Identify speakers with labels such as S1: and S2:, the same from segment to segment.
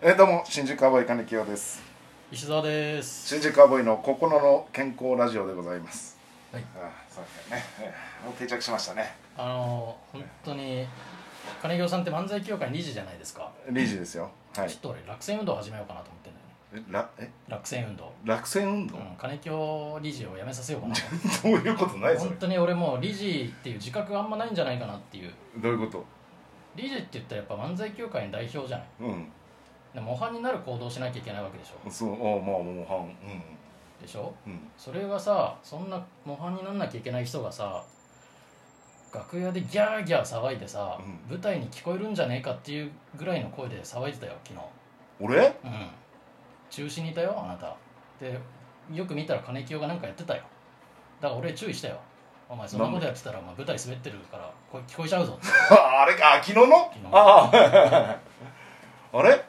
S1: えーどうも新宿アボイ金清です
S2: 石澤です。
S1: 新宿アボイの心の健康ラジオでございます
S2: はい
S1: あーそうですねえーもう定着しましたね
S2: あの本当に金城さんって漫才協会理事じゃないですか。
S1: 理事ですよはい
S2: ちょっと俺落選運動を始めようかなと思ってんだよね。
S1: えらえ
S2: 落選運動。
S1: 落選運 動、
S2: うん、金京理事を辞めさせようかなと。
S1: どういうことないそれ
S2: 本当に俺もう理事っていう自覚あんまないんじゃないかなっていう。
S1: どういうこと
S2: 理事って言ったらやっぱ漫才協会の代表じゃない。
S1: う
S2: で模範になる行動をしなきゃいけないわけでしょ。
S1: んそうあーまあもうはん
S2: でしょ。
S1: うんうん
S2: それがさそんな模範になんなきゃいけない人がさ楽屋でギャーギャー騒いでさ、
S1: うん
S2: 舞台に聞こえるんじゃねえかっていうぐらいの声で騒いでたよ昨
S1: 俺
S2: 日うん中止にいたよあなたでよく見たら金清がなんかやってたよだから俺注意したよお前そんなことやってたらお前舞台滑ってるから声聞こえちゃうぞって、
S1: ああれかあ昨日の
S2: 昨日
S1: ああはいはい はいあれ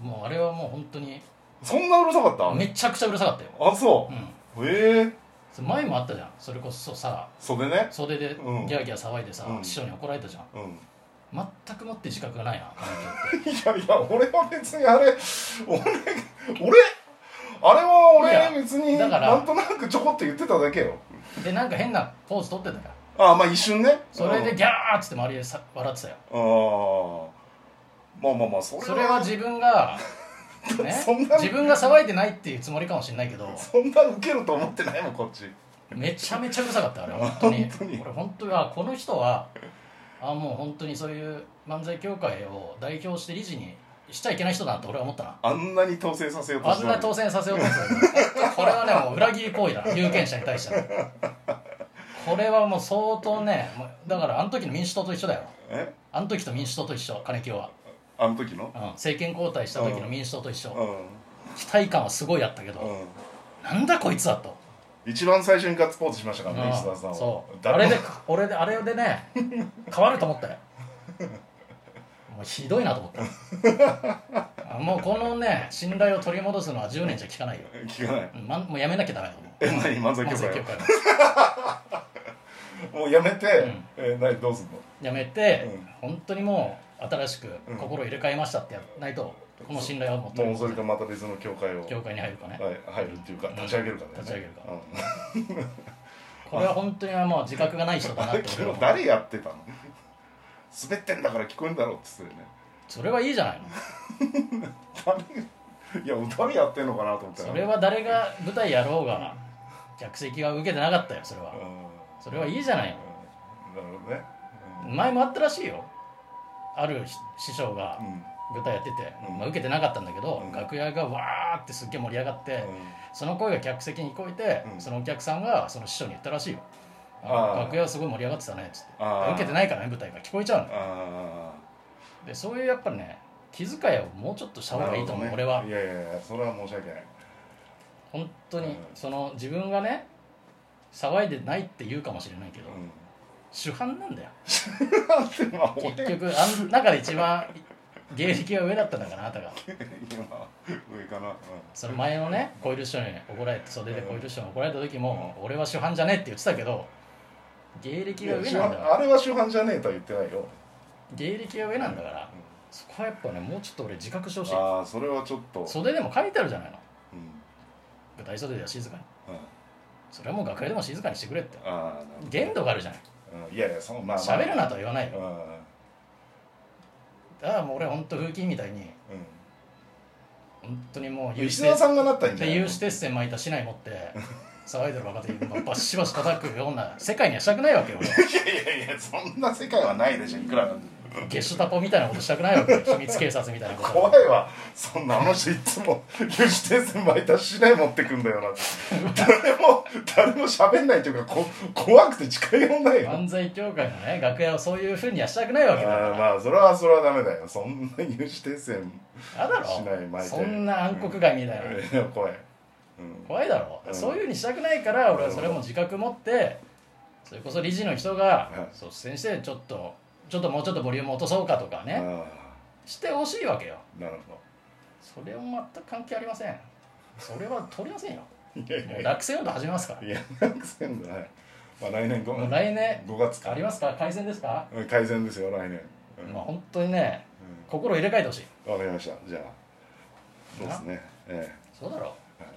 S2: うん、もうあれはもう本当に
S1: そんなうるさかった、
S2: めちゃくちゃうるさかったよ、
S1: あそ
S2: うん、
S1: うへえ
S2: それ前もあったじゃんそれこそさ
S1: 袖ね
S2: 袖でギ
S1: うん
S2: ャーギャー騒いでさ、
S1: うん
S2: 師匠に怒られたじゃん
S1: うん
S2: 全くもって自覚がないな金城って
S1: いやいや俺は別にあれ俺俺あれは俺別
S2: い
S1: に
S2: やだから
S1: なんとなくちょこっと言ってただけよ
S2: でなんか変なポーズ取ってたから
S1: ああまあ一瞬ね
S2: それで
S1: うん
S2: ギャーっつって周りでさ笑ってたよ
S1: ああまあまあまあそれは
S2: それは自分 が、ね
S1: そんな、
S2: 自分が騒いでないっていうつもりかもしれないけど
S1: そんなウケると思ってないもんこっち
S2: めちゃめちゃうるさかったあれ本当に
S1: 本当に
S2: 俺本当にあこの人はあもう本当にそういう漫才協会を代表して理事にしちゃいけない人だなって俺は思ったな
S1: あんなに統制させようと
S2: あんな当
S1: のに
S2: 選させようとするこれはねもう裏切り行為だ有権者に対してのこれはもう相当ねもうだからあの時の民主党と一緒だよ
S1: え
S2: あの時と民主党と一緒金清は、
S1: あの時の
S2: うん、政権交代した時の民主党と一緒、
S1: う
S2: 期待感はすごいあったけど、
S1: んうん
S2: なんだこいつだと、
S1: 一番最初にガッツポーズしましたからね石
S2: う
S1: 田
S2: ん
S1: さんは
S2: そうあ
S1: 誰
S2: れ
S1: も
S2: で俺であれでね変わると 思ったよもうひどいなと思った あもうこのね信頼を取り戻すのは10年じゃ効かないよ、
S1: 聞かない
S2: うんまん、もうやめなきゃダメだと思う
S1: え何漫才協
S2: 漫才協
S1: 会
S2: 会を
S1: もうやめて、
S2: ん
S1: え何どうすんの
S2: やめて、
S1: うん
S2: 本当にもう新しく
S1: うん
S2: 心を入れ替えましたってやらないと、この信頼を持って
S1: もうそれかまた別の協会を
S2: 業界に入るかね、
S1: はい、入るっていうか立ち上げるからね
S2: 立ち上げるか
S1: うん
S2: これは本当にもう自覚がない人だな
S1: あ
S2: っ
S1: れ
S2: て俺
S1: 昨日
S2: は思う
S1: 誰やってたの滑ってんだから聞こえんだろうって言って
S2: それはいいじゃないの
S1: たよね誰いや誰やってんのかなと思ったら
S2: それは誰が舞台やろうが客席が受けてなかったよそれは
S1: うん
S2: それはいいじゃない
S1: なるほどね
S2: の前もあったらしいよあるし師匠が
S1: うん
S2: 舞台やってて、
S1: うん
S2: まあ、受けてなかったんだけど、
S1: うん
S2: 楽屋がわーってすっげえ盛り上がって、
S1: うん
S2: その声が客席に聞こえて、
S1: うん
S2: そのお客さんがその師匠に言ったらしいよ「
S1: あー
S2: 楽屋すごい盛り上がってたね」っつって
S1: あー
S2: 受けてないからね舞台が聞こえちゃうの
S1: あ
S2: でそういうやっぱりね気遣いをもうちょっとし
S1: あ
S2: た方がいいと思う、俺はい
S1: やいやいやそれは申し訳ない
S2: 本当に
S1: うん
S2: その自分がね騒いでないって言うかもしれないけど、
S1: う
S2: 主犯なんだよ
S1: んなんてまあ俺
S2: 結局あの中で一番芸歴が上だったんだからあ なたが
S1: 今上かな、うん
S2: その前のねコイル師匠に怒られて袖でコイル師匠に怒られた時も、俺は主犯じゃねえって言ってたけど芸歴
S1: い
S2: が
S1: や
S2: 上
S1: 主
S2: なんだから
S1: 犯あれは主犯じゃねえとは言ってないよ、
S2: 芸歴が上なんだから、
S1: うん
S2: そこはやっぱねもうちょっと俺自覚してほしい
S1: ああそれはちょっと
S2: 袖でも書いてあるじゃないの
S1: うん
S2: 舞台袖では静かに
S1: うん
S2: それはもう楽屋でも静かにしてくれって
S1: ああなるほど
S2: 限度があるじゃない
S1: うんいやいやそのまあまあ
S2: 喋るなとは言わないよ
S1: う
S2: だからもう俺本当風紀委員みたいに
S1: んうん
S2: 本当にもう
S1: 石田さんがなったんじゃ
S2: で
S1: ない
S2: 有刺鉄線巻いた竹刀持って騒いでる若手にバッシバシ叩くような世界にはしたくないわけよ俺はい
S1: やいやいやそんな世界はないでしょいくらなんでも
S2: ゲシュタポみたいなことしたくないわけよ秘密警察みたいなこと
S1: 怖いわそんなあの人いつも有刺鉄線巻いたしない持ってくんだよな誰も誰も喋んないというかこ怖くて近寄んないよあ
S2: 漫才協会のね楽屋をそういうふうにはしたくないわけだ
S1: ー
S2: か
S1: まあそれはそれはダメだよそんな有刺鉄線
S2: らやだ
S1: しない
S2: ろ
S1: 巻いて
S2: そんな暗黒街みたいな、
S1: いや怖い、うん、
S2: 怖いだろ、
S1: うん
S2: そういうふうにしたくないから俺はそれも自覚持ってそれこそ理事の人が
S1: はい
S2: 率先してちょっとちょっともうちょっとボリューム落とそうかとか
S1: あ
S2: ねしてほしいわけよ
S1: ーなる
S2: それは全く関係ありませんそれは取りませんよ
S1: ほどいやい
S2: も
S1: や
S2: う
S1: いや
S2: 落選運動始めますから
S1: いやなんかせんだはいまあ来年
S2: もう
S1: 5,
S2: 来年
S1: 5月か
S2: ありますか改善ですか、
S1: うん改善ですよ来年、うん
S2: まあ本当にね
S1: うん
S2: 心を入れ替えてほしい
S1: わかりましたじゃあそうですねえ
S2: そうだろ
S1: えはい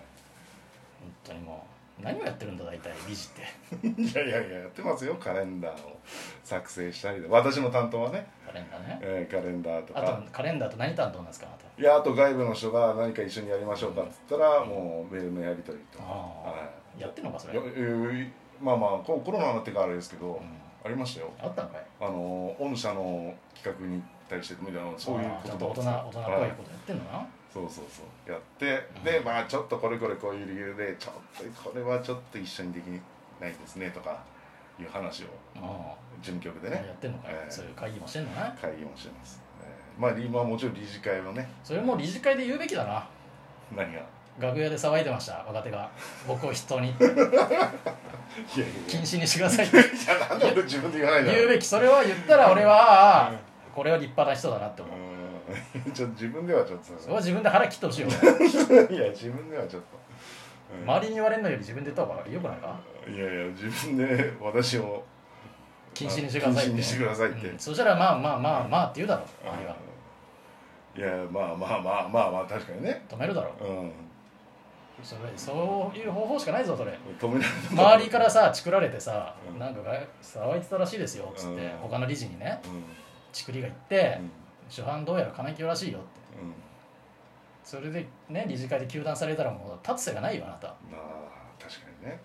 S2: 本当にもう何をやってるんだ大体理事って
S1: いやいやいややってますよカレンダーを作成したりで私の担当はね、
S2: カレンダーね
S1: えーカレンダーと
S2: あ
S1: か
S2: とカレンダーと何担当なんですかあなた
S1: いやあと外部の人が何か一緒にやりましょうかっつったら、もうメールのやり取りとか、
S2: あ
S1: は
S2: やってんのかそ
S1: い
S2: れ、
S1: よ
S2: うん、
S1: えーまあまあこうコロナになってからあれですけど、ありましたよ
S2: あったのかい
S1: あの御社の企画に対してみたいなそういう
S2: あー
S1: こ
S2: ちゃ
S1: と
S2: んと大人
S1: だ
S2: 大人っぽいことやってんのな、
S1: そうそうそうやって、
S2: うん
S1: でまあちょっとこれこれこういう理由でちょっとこれはちょっと一緒にできないですねとかいう話を
S2: う
S1: 準局で
S2: ん、
S1: ね
S2: やってんのかい、
S1: ええ
S2: そういう会議もしてんのな
S1: 会議もしてます、えーまあ今はもちろん理事会はね
S2: それも理事会で言うべきだな
S1: 何がいや
S2: 楽屋で騒いでました若手が僕を筆頭に
S1: いや
S2: 禁
S1: い
S2: 止にしてくださいって
S1: やいやなんで俺自分で言わないだ
S2: 言う
S1: ろ
S2: べきそれは言ったら俺はああこれは立派な人だなって思う
S1: うんちょっと自分ではちょっ
S2: それは
S1: と
S2: 自分で腹切ってほしいよね
S1: いや自分ではちょっと、うん
S2: 周りに言われるのより自分で言った方がよくないか
S1: いやいや自分で私を
S2: 禁止にしてくださいっ
S1: 禁
S2: て
S1: 止にしてくださいって、
S2: うんそしたらまあまあまあまあって言うだろあれはい
S1: やまあまあまあまあまあ確かにね
S2: 止めるだろ
S1: うん
S2: それそういう方法しかないぞそれ
S1: 止められた
S2: 周りからさチクられてさ、
S1: うん
S2: なんかが騒いでたらしいですよっつって、
S1: うん
S2: 他の理事にね
S1: うん
S2: チクリが言って、
S1: うん
S2: 主犯どうやら金清らしいよって
S1: うん
S2: それでね理事会で糾弾されたらもう立つ瀬がないよあなた
S1: まあ確かにね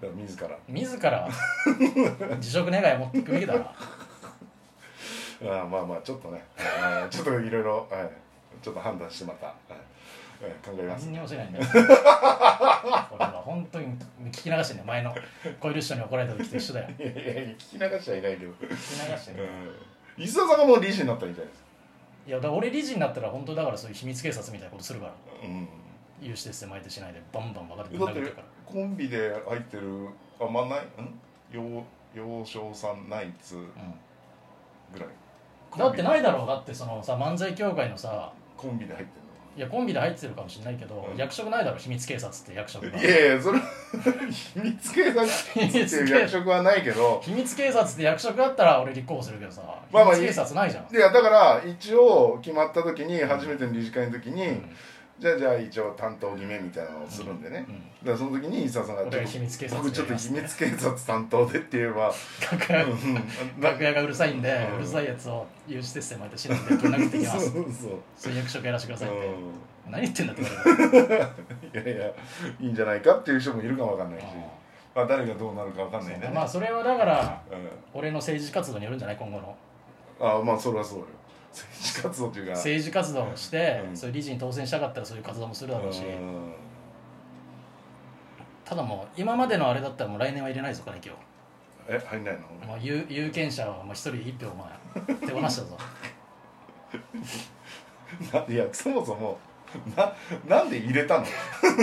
S1: だから自ら
S2: 自 ら辞職願い持っていくべきだな
S1: あーまあまあちょっとねあーちょっといろいろはいちょっと判断してまたはいはい考えます
S2: 何にもしないんだよ俺は本当に聞き流してんだよ前のコイル師匠に怒られた時と一緒だよ
S1: いやいや聞き流しはいないけど
S2: 聞き流してんだよ
S1: うん石田さんがもう理事になったみたいです
S2: いやだから俺理事になったら本当だからそういう秘密警察みたいなことするから
S1: うん
S2: 有志ですって巻いてしないでバンバン若手ぶん
S1: だっ
S2: 殴って
S1: て
S2: るから
S1: コンビで入ってるあまあないん幼幼少さんナイツ
S2: う
S1: ぐらい
S2: ん、だってないだろうだってそのさ漫才協会のさ
S1: コンビで入ってるの
S2: いやコンビで入ってるかもしれないけど、
S1: うん
S2: 役職ないだろ秘密警察って役職が
S1: いやいやそれは 秘密警察っていう役職はないけど
S2: 秘密警察って役職があったら俺立候補するけどさ、
S1: まあまあ
S2: 秘密警察ないじゃん、
S1: いやだから一応決まった時に初めての理事会の時に、
S2: うん
S1: じゃあじゃあ一応担当決めみたいなのをするんでね、
S2: うん
S1: だからその時に伊沢さんが
S2: 俺が秘密警察
S1: 僕ちょっと秘密警察担当で」って言えば
S2: 楽屋
S1: うんな
S2: 楽屋がうるさいんで、
S1: う
S2: うんるさいやつを有志鉄線巻いて死ぬんでぶん殴ってきま
S1: そう
S2: す
S1: そう
S2: そういう役職やらせてくだ
S1: そ
S2: さ
S1: う
S2: いって、
S1: うん
S2: 何言ってんだって言われる
S1: いやいやいいんじゃないかっていう人もいるかもわかんないし、まあ、誰がどうなるかわかんないんでね
S2: まあそれはだから
S1: うん
S2: 俺の政治活動によるんじゃない今後の
S1: あまあそれはそうよ政治活動っていうか
S2: 政治活動をして、
S1: うん
S2: そういう理事に当選したかったらそういう活動もするだろう
S1: う
S2: し、
S1: ん
S2: ただもう今までのあれだったらもう来年は入れないぞ金木を
S1: え入んないの 俺
S2: もう有有権者はもう一人一票お前手放した ぞ
S1: ないやそもそもななんで入れたの 俺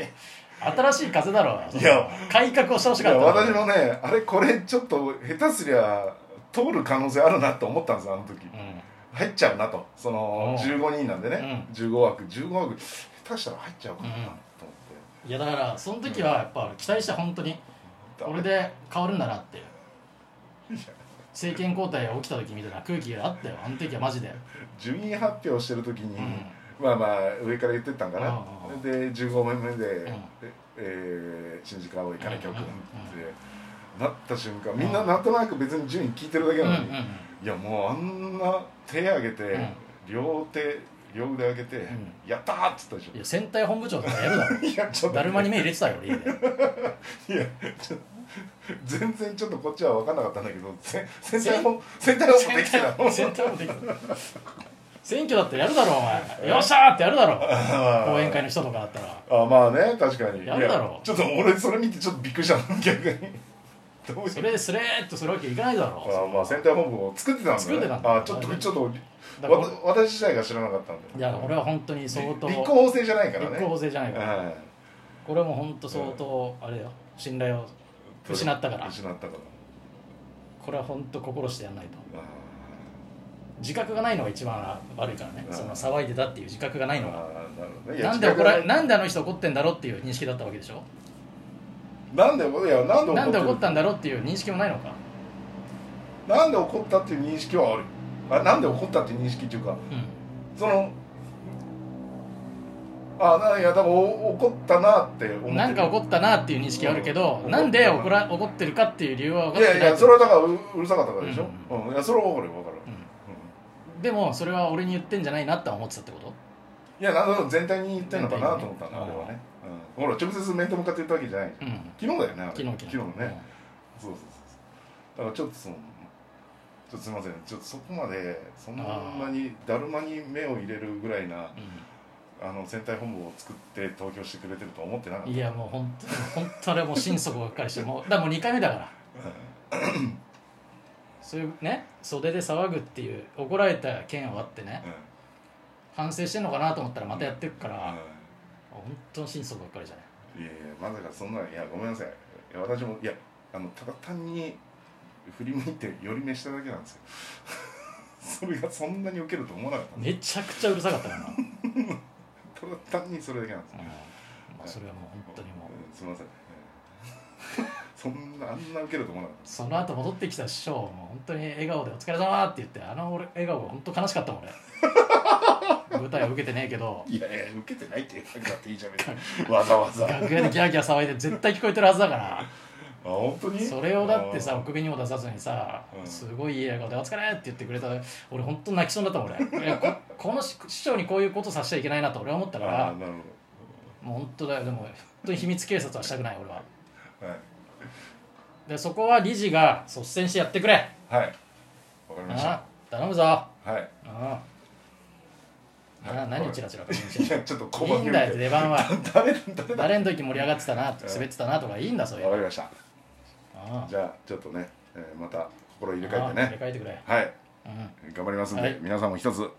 S1: に
S2: 新しい風だろ
S1: いや
S2: 改革をしてほし
S1: い
S2: か
S1: や
S2: った
S1: 私もねあれこれちょっと下手すりゃ通る可能性あるなと思ったんですよあの時
S2: う
S1: 入っちゃうなとその
S2: うん
S1: 15人なんでね、
S2: う
S1: 15枠15枠下手したら入っちゃうかなと思
S2: んいやだからその時はやっぱ期待して本当に
S1: って、
S2: これで変わるんだなっていう政権交代が起きた時みたいな空気があったよあの時はマジで
S1: 順位発表してる時に、
S2: うん
S1: まあまあ上から言ってったんかな、
S2: うんうん
S1: で15名目で、
S2: ん
S1: えー新宿青いから曲って
S2: うんうん
S1: なった瞬間みんななんとなく別に順位聞いてるだけ
S2: うんう
S1: なの
S2: ん
S1: に、いやもうあんな手上げて、
S2: うん
S1: 両手両腕上げて、
S2: ん
S1: やったーっつったでし
S2: いや戦隊本部長とかやるだ ろ
S1: ょいやちょっと
S2: だるまに目入れてたよ 俺家
S1: い
S2: で
S1: やちょっと全然ちょっとこっちは分かんなかったんだけどせ先生も先生もできてたの
S2: 選挙もできた選挙だってやるだろお 前よっしゃーってやるだろ講演会の人とかだったら
S1: あまあね確かに
S2: やるだろ
S1: いやちょっと俺それ見てちょっとびっくりしたの逆にどうし
S2: そ
S1: て
S2: れでスレーっとするわけいかないだろ
S1: あまあセンター本部を作ってたんだね
S2: 作ってたんだ
S1: あちょっとちょっ
S2: だ
S1: と
S2: から
S1: わた私自体が知らなかったんで
S2: いや俺は本当に相当
S1: 立候補制じゃないからね
S2: 立候補制じゃないから
S1: はい
S2: これはもう本当相当あれよ信頼を失ったから
S1: 失ったから
S2: これは本当心してやんないと
S1: あ
S2: 自覚がないのが一番悪いからね
S1: うん
S2: その騒いでたっていう自覚がない
S1: ー
S2: のが
S1: あーなるほどねいや
S2: なんで怒ら
S1: 違う
S2: なんであの人怒ってんだろうっていう認識だったわけでしょ
S1: なんでいやなんで
S2: なんで怒
S1: 怒っ
S2: ったたんだろうっていう認識もないのか
S1: なんで怒ったっていう認識はあるあなんで怒ったっていう認識っていうか
S2: うん
S1: そのあないやだからお怒ったなって思ってる
S2: なんか怒ったなっていう認識はあるけど、
S1: うん
S2: なんで怒ら怒ってるかっていう理由は分か
S1: い
S2: ってない
S1: やいやそれはだからううるさかったからでしょ、
S2: う
S1: うんいやそれは分かるよ分かる、
S2: う
S1: うんん
S2: でもそれは俺に言ってんじゃないなって思ってたってこと
S1: いやなんか全体に言ってんのかなと思ったんだ、俺はね、うん、ほら直接面と向かって言ったわけじゃない
S2: うん
S1: 昨日だよねあれ
S2: 昨日昨日
S1: ね、そうそうそうそうだからちょっとそのちょっとすいませんちょっとそこまでそんなにだるまに目を入れるぐらいなあの戦隊本部を作って東京してくれてるとは思ってなかっ
S2: うん
S1: た
S2: いやもう本当本当あれはもう心底ばっかりしてもうだからもう2回目だからそういうね袖で騒ぐっていう怒られた件はあってね
S1: うん
S2: 反省してんのかなと思ったらまたやってるか
S1: うん
S2: ら、本当に心底ばっかりじゃない
S1: いやいやまさかそんないやごめんなさいいや私もいやあのただ単に振り向いて寄り目しただけなんですよ それがそんなに受けると思わなかったんで
S2: めちゃくちゃうるさかったからな、う
S1: す
S2: ん
S1: ただ単にそれだけなんですよ、
S2: まあ、それはもう本当にもう
S1: うんすいません そんなあんな受けると思わなかった
S2: その後戻ってきた師匠も本当に笑顔で「お疲れ様って言ってあの俺笑顔が本当悲しかったもん俺 舞台は受けてねえけど
S1: いやいや受けてないっていうわけだっていいじゃん別にわざわざあ
S2: 楽屋でギャーギャー騒いで絶対聞こえてるはずだから
S1: 本当に
S2: それをだってさお首にも出さずにさ、
S1: うん
S2: すごいいい笑顔で「お疲れ!」って言ってくれた俺本当泣きそうになったもん俺いやここの師師匠にこういうことさせちゃいけないなと俺は思った
S1: あ
S2: か
S1: ーあ
S2: ら
S1: ーなる
S2: もう本当だよでも本当に秘密警察はしたくない俺は
S1: ほどはい
S2: でそこは理事が率先してやってくれ
S1: はいわかりまし
S2: あ頼むぞあ
S1: たはい
S2: あな何をチラチラ確認してんの
S1: いやちょっと小
S2: いい
S1: 判
S2: んだよ出番は
S1: 誰誰だ
S2: 誰の時盛り上がってたな滑ってたなとかいいんだそういう
S1: わ
S2: の
S1: かりました
S2: あ
S1: じゃあちょっとね、えーまた心
S2: あ
S1: 入れ替えてね
S2: 入れ替えてくれ
S1: はい
S2: うん
S1: 頑張りますんで、
S2: はい
S1: 皆さんも一つよ